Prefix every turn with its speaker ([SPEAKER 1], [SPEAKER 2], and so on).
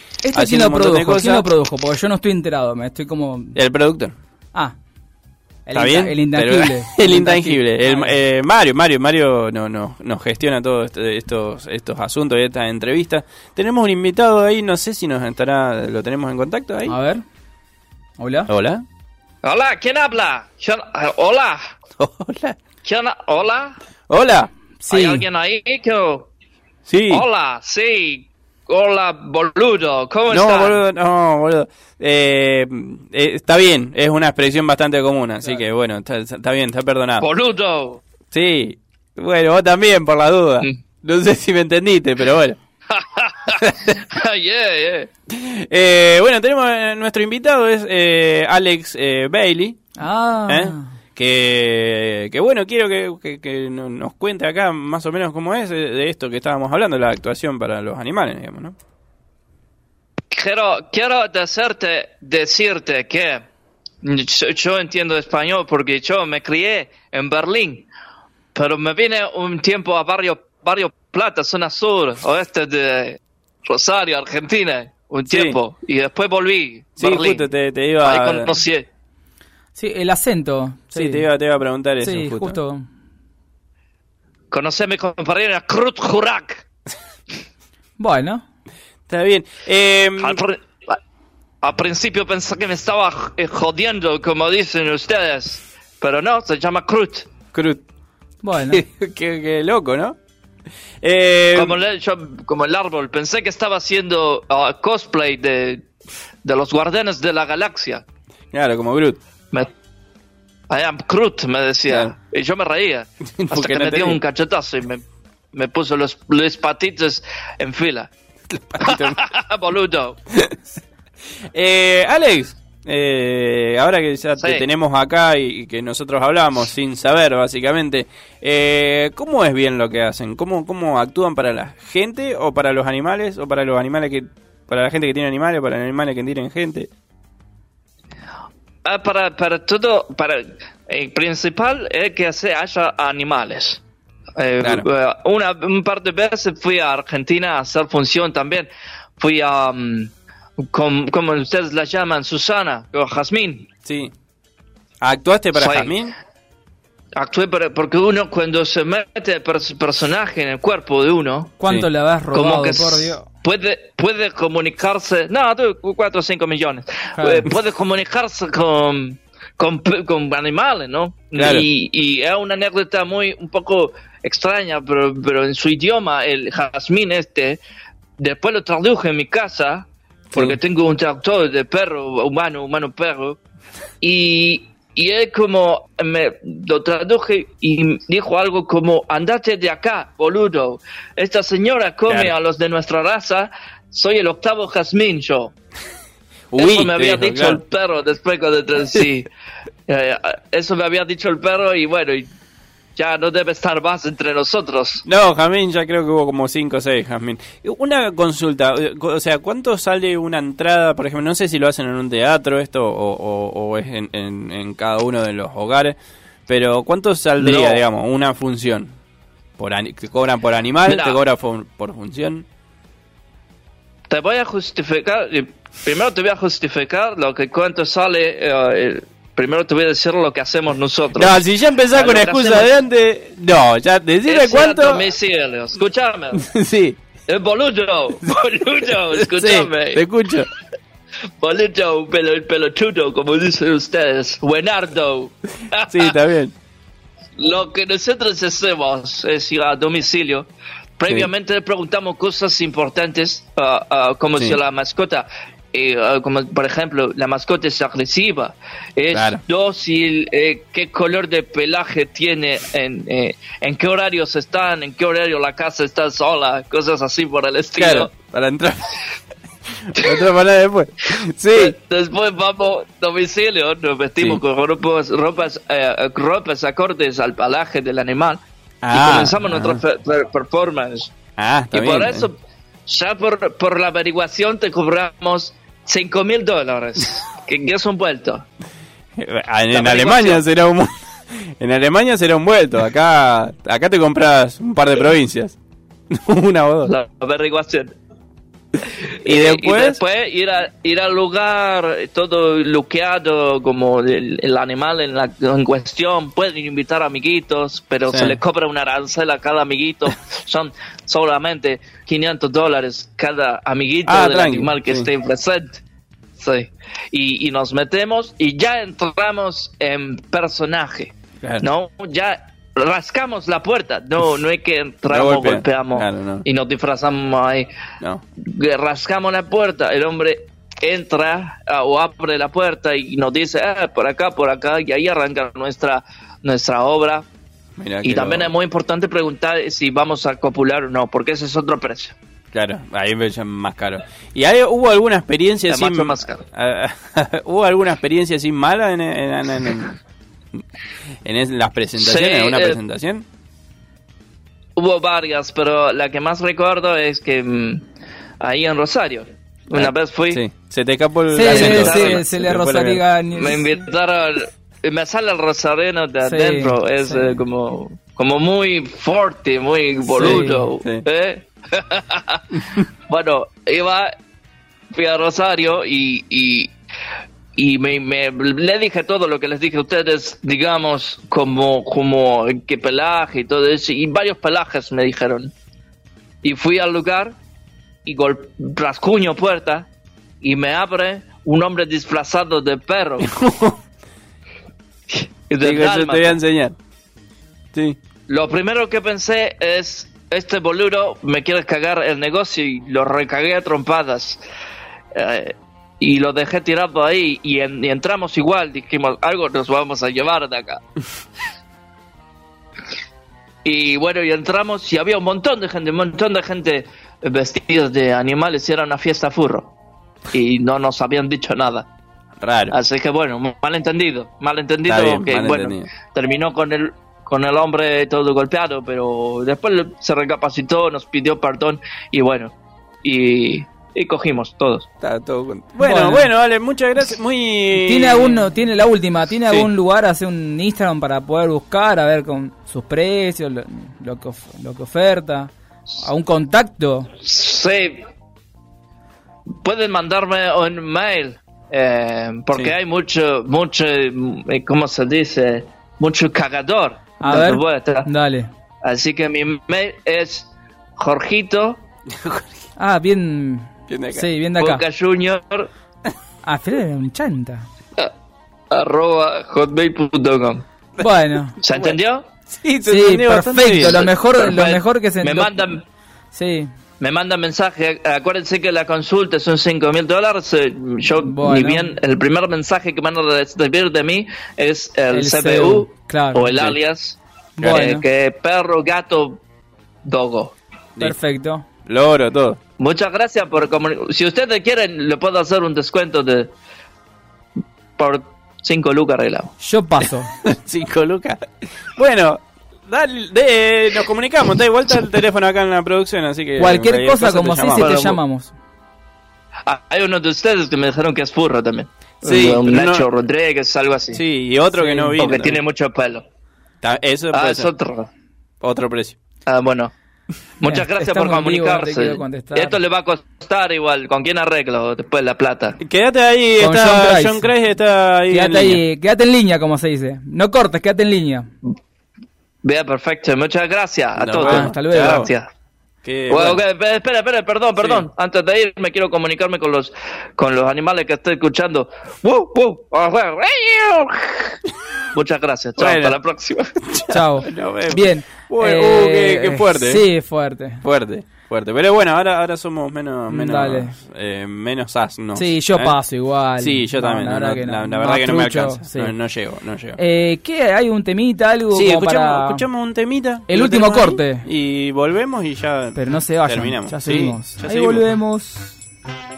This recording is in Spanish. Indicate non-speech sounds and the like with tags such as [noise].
[SPEAKER 1] ¿Esto quién
[SPEAKER 2] haciendo
[SPEAKER 1] lo
[SPEAKER 2] un montón de
[SPEAKER 1] produjo? ¿Quién
[SPEAKER 2] cosas.
[SPEAKER 1] lo produjo? Porque yo no estoy enterado, me estoy como.
[SPEAKER 2] El productor.
[SPEAKER 1] Ah. El,
[SPEAKER 2] ¿Está
[SPEAKER 1] inta-
[SPEAKER 2] bien?
[SPEAKER 1] el intangible.
[SPEAKER 2] Pero- [laughs] el intangible. El-
[SPEAKER 1] Ah,
[SPEAKER 2] eh, Mario, Mario, Mario no, no, nos gestiona todos este- estos, estos asuntos y estas entrevistas. Tenemos un invitado ahí, no sé si nos estará, lo tenemos en contacto ahí.
[SPEAKER 1] A ver. Hola.
[SPEAKER 2] Hola. [laughs]
[SPEAKER 3] Hola, ¿quién habla? ¿Quién- ah, hola,
[SPEAKER 2] Hola.
[SPEAKER 3] ¿quién? Hola,
[SPEAKER 2] Hola.
[SPEAKER 3] ¿hay
[SPEAKER 1] Sí.
[SPEAKER 3] alguien ahí? que-
[SPEAKER 2] Sí.
[SPEAKER 3] Hola, sí. Hola, boludo, ¿cómo
[SPEAKER 2] No,
[SPEAKER 3] estás?
[SPEAKER 2] boludo, no, boludo. Eh, eh, está bien, es una expresión bastante común, así que bueno, está, está bien, está perdonado. [laughs]
[SPEAKER 3] Boludo. [laughs]
[SPEAKER 2] Sí, bueno, vos también, por la duda.
[SPEAKER 3] Mm.
[SPEAKER 2] No sé si me entendiste, pero bueno.
[SPEAKER 3] yeah, yeah.
[SPEAKER 2] [laughs] Eh, bueno, tenemos eh, nuestro invitado, es eh, Alex eh, Bailey,
[SPEAKER 1] Ah.
[SPEAKER 2] ¿eh? que, que bueno, quiero que, que- que no- nos cuente acá más o menos cómo es eh, de esto que estábamos hablando, la actuación para los animales, digamos, ¿no?
[SPEAKER 3] Quiero, quiero decirte, decirte que yo, yo entiendo español porque yo me crié en Berlín, pero me vine un tiempo a Barrio, barrio Plata, zona sur, oeste de Rosario, Argentina, un
[SPEAKER 2] Sí.
[SPEAKER 3] tiempo, y después volví.
[SPEAKER 2] Sí,
[SPEAKER 3] Berlín.
[SPEAKER 2] justo te, te
[SPEAKER 3] Ahí
[SPEAKER 2] iba, sí,
[SPEAKER 3] conocí.
[SPEAKER 1] Sí, el acento. Sí,
[SPEAKER 2] te iba, te iba a preguntar eso.
[SPEAKER 1] Sí,
[SPEAKER 2] justo.
[SPEAKER 1] justo.
[SPEAKER 3] Conocí a mi compañera Krut Jurak.
[SPEAKER 1] Bueno.
[SPEAKER 2] Está bien. Eh,
[SPEAKER 3] Al, pr- a- al principio pensé que me estaba j- eh, jodiendo, como dicen ustedes, pero no, se llama Krut.
[SPEAKER 2] Cruz.
[SPEAKER 1] Bueno.
[SPEAKER 2] [laughs] qué, qué loco, ¿no? Eh,
[SPEAKER 3] Como, le- yo- como el árbol, pensé que estaba haciendo ah, cosplay de, de los guardianes de la galaxia.
[SPEAKER 2] Claro, como Groot.
[SPEAKER 3] Me, I am Krut, me decía.
[SPEAKER 2] Claro.
[SPEAKER 3] Y yo me reía.
[SPEAKER 2] [laughs]
[SPEAKER 3] Hasta
[SPEAKER 2] Porque
[SPEAKER 3] que
[SPEAKER 2] no
[SPEAKER 3] me
[SPEAKER 2] te
[SPEAKER 3] dio
[SPEAKER 2] ríes.
[SPEAKER 3] un cachetazo y me, me puso los, los patitos en fila. [laughs] Boludo.
[SPEAKER 2] Eh, Alex, eh, ahora que ya te
[SPEAKER 3] Sí.
[SPEAKER 2] tenemos acá y, y que nosotros hablamos sin saber, básicamente, eh, ¿cómo es bien lo que hacen? ¿Cómo, ¿Cómo actúan para la gente o para los animales o para los animales que... Para la gente que tiene animales, para los animales que tienen gente.
[SPEAKER 3] Ah, para, para todo, para el principal es que se haya animales. Eh,
[SPEAKER 2] Claro.
[SPEAKER 3] eh, una, un par de veces fui a Argentina a hacer función también. Fui a, mm, com- como ustedes la llaman, Susana o Jazmín.
[SPEAKER 2] Sí. ¿Actuaste para
[SPEAKER 3] Sí.
[SPEAKER 2] Jazmín?
[SPEAKER 3] Actué para- porque uno cuando se mete per- personaje en el cuerpo de uno,
[SPEAKER 1] ¿Cuánto
[SPEAKER 2] Sí.
[SPEAKER 1] le habrás robado,
[SPEAKER 3] como que
[SPEAKER 1] por
[SPEAKER 3] s-
[SPEAKER 1] Dios?
[SPEAKER 3] puede puede comunicarse no tú, cuatro o cinco millones
[SPEAKER 1] Claro.
[SPEAKER 3] Eh, puede comunicarse con con, pe- con animales no
[SPEAKER 2] Claro.
[SPEAKER 3] y, y es una anécdota muy un poco extraña pero pero en su idioma el jazmín este después lo traduje en mi casa porque
[SPEAKER 2] Sí.
[SPEAKER 3] tengo un traductor de perro humano humano perro y y él como me lo traduje y dijo algo como andate de acá, boludo. Esta señora come
[SPEAKER 2] Claro.
[SPEAKER 3] a los de nuestra raza. Soy el octavo jazmín yo. eso
[SPEAKER 2] Huiste,
[SPEAKER 3] me había
[SPEAKER 2] dijo,
[SPEAKER 3] dicho
[SPEAKER 2] claro.
[SPEAKER 3] el perro después cuando
[SPEAKER 2] [laughs]
[SPEAKER 3] entré- sí. Eh, eso me había dicho el perro y bueno, y ya no debe estar más entre nosotros.
[SPEAKER 2] No, Jamín, ya creo que hubo como 5 o 6, Jamín. Una consulta, eh, co- o sea, ¿cuánto sale una entrada, por ejemplo? No sé si lo hacen en un teatro esto o, o- o es en, en- en cada uno de los hogares, pero ¿cuánto saldría,
[SPEAKER 3] No.
[SPEAKER 2] digamos, una función? Por ani- ¿Te cobran por animal?
[SPEAKER 3] Mirá.
[SPEAKER 2] ¿Te cobran por, por función?
[SPEAKER 3] Te voy a justificar. eh, Primero te voy a justificar lo que cuánto sale. eh, eh, primero te voy a decir lo que hacemos nosotros.
[SPEAKER 2] No, si ya empezás
[SPEAKER 3] Claro,
[SPEAKER 2] con
[SPEAKER 3] lo que
[SPEAKER 2] excusa
[SPEAKER 3] hacemos-
[SPEAKER 2] de antes, no, ya decirle
[SPEAKER 3] Ese era
[SPEAKER 2] [laughs] cuánto... [laughs]
[SPEAKER 3] domicilio, Escúchame.
[SPEAKER 2] sí,
[SPEAKER 3] Eh, boludo, boludo,
[SPEAKER 2] sí,
[SPEAKER 3] escúchame.
[SPEAKER 2] te escucho.
[SPEAKER 3] Boludo, pelo, pelochudo, como dicen ustedes. Buenardo.
[SPEAKER 2] Sí, está bien.
[SPEAKER 3] Lo que nosotros hacemos es ir a domicilio. Previamente le preguntamos cosas importantes, ah, ah, como
[SPEAKER 2] Sí.
[SPEAKER 3] si la mascota, eh, ah, como por ejemplo, la mascota es agresiva, es
[SPEAKER 2] Claro.
[SPEAKER 3] dócil, eh, qué color de pelaje tiene, en, eh, en qué horarios están, en qué horario la casa está sola, cosas así por el estilo.
[SPEAKER 2] Claro, para entrar... [laughs] para entrar para después. Sí.
[SPEAKER 3] Después vamos a domicilio, nos vestimos
[SPEAKER 2] Sí.
[SPEAKER 3] con ropas, ropas, eh, ropas acordes al palaje del animal y comenzamos
[SPEAKER 2] ah.
[SPEAKER 3] nuestra fe- fe- performance.
[SPEAKER 2] Ah, está
[SPEAKER 3] Y
[SPEAKER 2] bien. eh.
[SPEAKER 3] por eso, ya por, por la averiguación te cobramos 5
[SPEAKER 2] [laughs]
[SPEAKER 3] mil dólares, que ya son vueltos.
[SPEAKER 2] Eh, [laughs] En, en
[SPEAKER 3] La
[SPEAKER 2] Alemania
[SPEAKER 3] averiguación.
[SPEAKER 2] será un [laughs] en Alemania será un vuelto. Acá acá te compras un par de provincias. [laughs] Una o dos.
[SPEAKER 3] La averiguación.
[SPEAKER 2] Y después-
[SPEAKER 3] ir, a- ir al lugar todo luqueado como el, el animal en, la, en cuestión. Pueden invitar amiguitos, pero
[SPEAKER 2] Sí.
[SPEAKER 3] se les cobra una arancela a
[SPEAKER 2] [laughs]
[SPEAKER 3] cada amiguito. Son solamente 500 dólares cada amiguito
[SPEAKER 2] Ah,
[SPEAKER 3] del
[SPEAKER 2] tranqui,
[SPEAKER 3] animal que
[SPEAKER 2] sí.
[SPEAKER 3] esté presente. Sí. Y, y nos metemos y ya entramos en personaje.
[SPEAKER 2] Claro.
[SPEAKER 3] No, ya rascamos la puerta. No, no es que entramos,
[SPEAKER 2] golpea.
[SPEAKER 3] golpeamos
[SPEAKER 2] Claro, no.
[SPEAKER 3] y nos disfrazamos ahí
[SPEAKER 2] No.
[SPEAKER 3] rascamos la puerta, el hombre entra ah, o abre la puerta y nos dice, "Ah, por acá, por acá, y ahí arranca nuestra, nuestra obra.
[SPEAKER 2] Mirá
[SPEAKER 3] Y
[SPEAKER 2] que
[SPEAKER 3] también
[SPEAKER 2] lo-
[SPEAKER 3] es muy importante preguntar si vamos a copular o no, porque ese es otro precio.
[SPEAKER 2] Claro, ahí me llaman más caro. ¿Y ahí hubo alguna experiencia
[SPEAKER 3] Te
[SPEAKER 2] así?
[SPEAKER 3] mato más caro.
[SPEAKER 2] Ah, [laughs] ¿Hubo alguna experiencia así mala en, en, en, en- en- en es- las presentaciones?
[SPEAKER 3] Sí,
[SPEAKER 2] ¿En una
[SPEAKER 3] eh,
[SPEAKER 2] presentación?
[SPEAKER 3] Hubo varias, pero la que más recuerdo es que mm, ahí en Rosario, una
[SPEAKER 2] Ah,
[SPEAKER 3] vez fui,
[SPEAKER 2] Sí, se te escapó el
[SPEAKER 1] Sí, sí,
[SPEAKER 2] acento.
[SPEAKER 1] sí, se le
[SPEAKER 2] te fue la-
[SPEAKER 1] rosaría.
[SPEAKER 3] me invitaron, me sale el rosarino de
[SPEAKER 1] Sí,
[SPEAKER 3] adentro, es
[SPEAKER 1] sí.
[SPEAKER 3] eh, como, como muy fuerte, muy boludo.
[SPEAKER 2] sí.
[SPEAKER 3] ¿eh? [laughs] bueno, iba, fui a Rosario y, y, y me, me- le dije todo lo que les dije a ustedes, digamos, como, como que pelaje y todo eso, y varios pelajes me dijeron. Y fui al lugar y gol rascuño puerta y me abre un hombre disfrazado
[SPEAKER 2] [laughs]
[SPEAKER 3] de perro. Y de
[SPEAKER 2] Digo, yo te
[SPEAKER 3] dálmata.
[SPEAKER 2] voy a enseñar. Sí.
[SPEAKER 3] Lo primero que pensé es, este boludo me quiere cagar el negocio y lo recagué a trompadas. Eh, y lo dejé tirado ahí y, en- y entramos igual, dijimos, algo nos vamos a llevar de acá. y bueno, y entramos y había un montón de gente, un montón de gente vestidos de animales y era una fiesta furro. Y no nos habían dicho nada.
[SPEAKER 2] Raro.
[SPEAKER 3] Así que bueno, malentendido, malentendido
[SPEAKER 2] Está bien,
[SPEAKER 3] que
[SPEAKER 2] malentendido.
[SPEAKER 3] bueno, terminó con el con el hombre todo golpeado, pero después lo- se recapacitó, nos pidió perdón y bueno, y, y cogimos todos.
[SPEAKER 2] Está todo con- Bueno, bueno,
[SPEAKER 1] Bueno.
[SPEAKER 2] vale, muchas gracias. Muy...
[SPEAKER 1] ¿Tiene algún, tiene la última, tiene
[SPEAKER 2] Sí.
[SPEAKER 1] algún lugar, hace un Instagram para poder buscar, a ver con sus precios, lo, lo que, of- lo que oferta, a un contacto?
[SPEAKER 3] Sí, pueden mandarme un mail eh, porque
[SPEAKER 2] Sí.
[SPEAKER 3] hay mucho mucho eh, cómo se dice, mucho cagador.
[SPEAKER 1] A
[SPEAKER 3] dando
[SPEAKER 1] ver,
[SPEAKER 3] vuelta.
[SPEAKER 1] dale.
[SPEAKER 3] Así que mi mail es jorgito
[SPEAKER 1] Ah, bien.
[SPEAKER 2] Bien de acá.
[SPEAKER 1] Sí, bien de acá.
[SPEAKER 3] Boca Junior
[SPEAKER 1] Ah, Fidel era un chanta.
[SPEAKER 3] arroba hotmail.com.
[SPEAKER 1] Bueno.
[SPEAKER 3] ¿Se entendió?
[SPEAKER 2] Sí, te
[SPEAKER 1] Sí,
[SPEAKER 2] entendí bastante
[SPEAKER 1] perfecto.
[SPEAKER 2] bien.
[SPEAKER 1] Lo mejor, lo
[SPEAKER 3] Perfecto.
[SPEAKER 1] mejor que se
[SPEAKER 3] me
[SPEAKER 1] lo-
[SPEAKER 3] mandan
[SPEAKER 2] [laughs]
[SPEAKER 1] Sí.
[SPEAKER 3] me mandan mensaje. Acuérdense que la consulta son 5 mil dólares. eh, Yo,
[SPEAKER 1] Bueno.
[SPEAKER 3] ni bien, el primer mensaje que van a recibir de mí es el,
[SPEAKER 1] El
[SPEAKER 3] CPU
[SPEAKER 1] claro.
[SPEAKER 3] o el
[SPEAKER 2] Sí.
[SPEAKER 3] alias eh,
[SPEAKER 1] Bueno.
[SPEAKER 3] que perro, gato, dogo.
[SPEAKER 1] Perfecto.
[SPEAKER 2] Logro todo. [laughs]
[SPEAKER 3] Muchas gracias por comuni- Si ustedes quieren, le puedo hacer un descuento de por 5 lucas arreglado.
[SPEAKER 1] Yo
[SPEAKER 2] [laughs]
[SPEAKER 1] paso.
[SPEAKER 2] Cinco lucas. Bueno, dale, de- nos comunicamos. Está igual está el teléfono acá en la producción, así que.
[SPEAKER 1] Cualquier cosa, como
[SPEAKER 2] te
[SPEAKER 1] si se
[SPEAKER 2] llamamos.
[SPEAKER 1] te llamamos.
[SPEAKER 3] Ah, hay uno de ustedes que me dijeron que es furro también.
[SPEAKER 2] Sí,
[SPEAKER 3] Un
[SPEAKER 2] pero no-
[SPEAKER 3] Nacho Rodríguez, algo así.
[SPEAKER 2] Sí, y otro que no vino.
[SPEAKER 3] Porque tiene mucho pelo.
[SPEAKER 2] Ta- Eso
[SPEAKER 3] Ah,
[SPEAKER 2] puede
[SPEAKER 3] es
[SPEAKER 2] ser.
[SPEAKER 3] otro.
[SPEAKER 2] otro precio.
[SPEAKER 3] Ah,
[SPEAKER 1] [laughs]
[SPEAKER 3] bueno. Muchas gracias
[SPEAKER 1] Estamos
[SPEAKER 3] por
[SPEAKER 1] en vivo, no te
[SPEAKER 3] comunicarse.
[SPEAKER 1] quiero contestar.
[SPEAKER 3] Esto le va a costar igual. ¿Con quién arreglo después la plata?
[SPEAKER 2] Quédate ahí,
[SPEAKER 1] Con
[SPEAKER 2] está John
[SPEAKER 1] John
[SPEAKER 2] Price.
[SPEAKER 1] Price.
[SPEAKER 2] está ahí. en
[SPEAKER 1] Quédate
[SPEAKER 2] línea.
[SPEAKER 1] ahí, quédate en línea, como se dice. No cortes, quédate en
[SPEAKER 2] [laughs]
[SPEAKER 1] línea.
[SPEAKER 3] Vea, perfecto. Muchas gracias a
[SPEAKER 2] Nos
[SPEAKER 3] todos.
[SPEAKER 1] vemos. Hasta luego.
[SPEAKER 3] Gracias.
[SPEAKER 2] Que,
[SPEAKER 3] Bueno,
[SPEAKER 2] bueno,
[SPEAKER 3] ok, espera, espera, perdón, perdón. Antes de ir, me quiero comunicarme con los con los animales que estoy escuchando. Woo, woo. Ah, bueno.
[SPEAKER 1] [laughs]
[SPEAKER 3] Muchas gracias. Chao,
[SPEAKER 2] Bueno.
[SPEAKER 3] hasta la próxima.
[SPEAKER 1] Chao.
[SPEAKER 2] Nos vemos.
[SPEAKER 1] Bien. Eh,
[SPEAKER 2] Bueno, uh, qué- qué fuerte. eh.
[SPEAKER 1] Sí, fuerte.
[SPEAKER 2] Fuerte, fuerte. Pero bueno, ahora, ahora somos menos.
[SPEAKER 1] Dale.
[SPEAKER 2] menos eh, menos asnos.
[SPEAKER 1] Sí, yo
[SPEAKER 2] ¿eh?
[SPEAKER 1] paso igual.
[SPEAKER 2] Sí, yo
[SPEAKER 1] No,
[SPEAKER 2] también. no, no, La, la verdad
[SPEAKER 1] Más
[SPEAKER 2] que no me
[SPEAKER 1] trucho,
[SPEAKER 2] alcanza.
[SPEAKER 1] sí.
[SPEAKER 2] No, no llego, no llego.
[SPEAKER 1] Eh, ¿Qué? ¿Hay un temita, algo?
[SPEAKER 2] Sí,
[SPEAKER 1] como
[SPEAKER 2] escuchamos,
[SPEAKER 1] para-
[SPEAKER 2] escuchamos un temita.
[SPEAKER 1] El
[SPEAKER 2] Lo
[SPEAKER 1] último
[SPEAKER 2] tenemos
[SPEAKER 1] corte.
[SPEAKER 2] ahí, y volvemos y ya.
[SPEAKER 1] Pero no se vayan.
[SPEAKER 2] Terminamos.
[SPEAKER 1] Ya
[SPEAKER 2] Sí,
[SPEAKER 1] seguimos.
[SPEAKER 2] ya
[SPEAKER 1] Ahí
[SPEAKER 2] seguimos.
[SPEAKER 1] volvemos.